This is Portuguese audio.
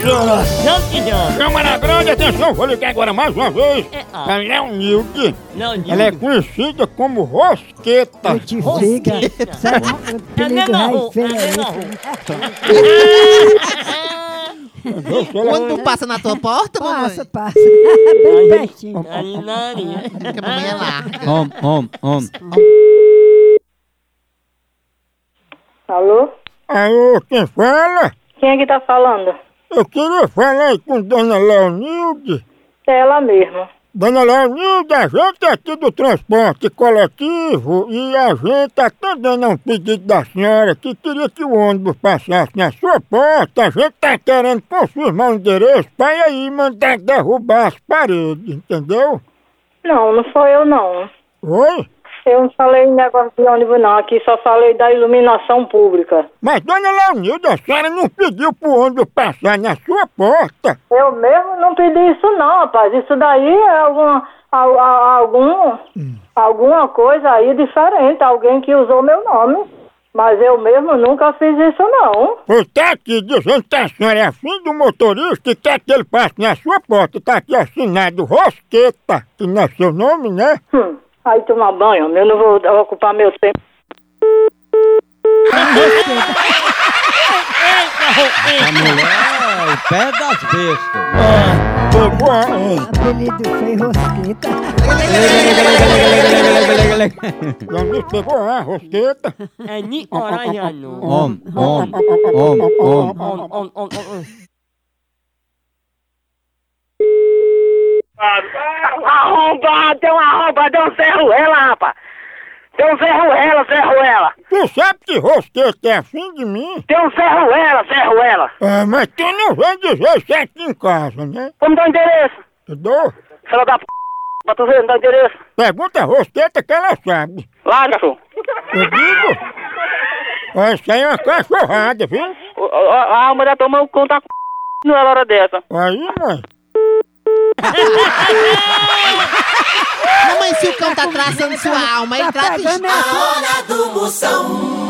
coração que dá. Câmara Grande, atenção, vou ligar agora mais uma vez. É, ó. A Leonilde. Não, Ela é conhecida como Rosqueta. Eu te briga. Rosqueta. Sabe? É a Apelido mesma raio rua, feio é a é mesma esse. rua. Eu sou ela- Quando passa na tua porta, mamãe? Passa, passa. Bem pertinho. Ai, Maria. Que a mamãe é larga. Om, om, om. Alô? Alô, quem fala? Quem é que tá falando? Eu queria falar com Dona Leonilde. É ela mesma. Dona Leonilde, a gente é aqui do transporte coletivo e a gente está dando um pedido da senhora que queria que o ônibus passasse na sua porta. A gente está querendo confirmar o endereço para aí mandar derrubar as paredes, entendeu? Não, não sou eu não. Oi? Eu não falei em negócio de ônibus não, aqui só falei da iluminação pública. Mas Dona Leonilde, a senhora não pediu pro ônibus passar na sua porta. Eu mesmo não pedi isso não, rapaz. Isso daí é alguma, al- al- algum, alguma coisa aí diferente, alguém que usou meu nome. Mas eu mesmo nunca fiz isso não. Pois tá aqui dizendo que a senhora é afim do motorista e quer que ele passe na sua porta. Tá aqui assinado Rosqueta, que não é seu nome, né? Hum, Aí tomar banho, eu não vou ocupar meu tempo. A mulher é o pé das bestas. Pegou a... Apelido feio rosqueta. Já me pegou a Rosqueta. É Nicoraiano. Om, om, om, om. On, on, on, on. Arrombado, tem um arrombado, tem um ferroela, rapaz. Tem um ferroela, ferroela. Tu sabe que Rosqueta é afim de mim? Tem um ferroela, ferroela. Ah, mas tu não vai dizer isso aqui em casa, né? Como dá o um endereço? Eu dou. Fala da p. Pra tu ver, não dá o endereço. Pergunta a Rosqueta que ela sabe. Lá, cachorro. Eu digo... Ó, Isso aí é uma cachorrada, viu? Ó, ó, A alma já tomou conta com não é hora dessa. Aí, mãe. Mamãe, se o cão tá traçando sua alma, ele trata Pagando é história. a Hora do Moção.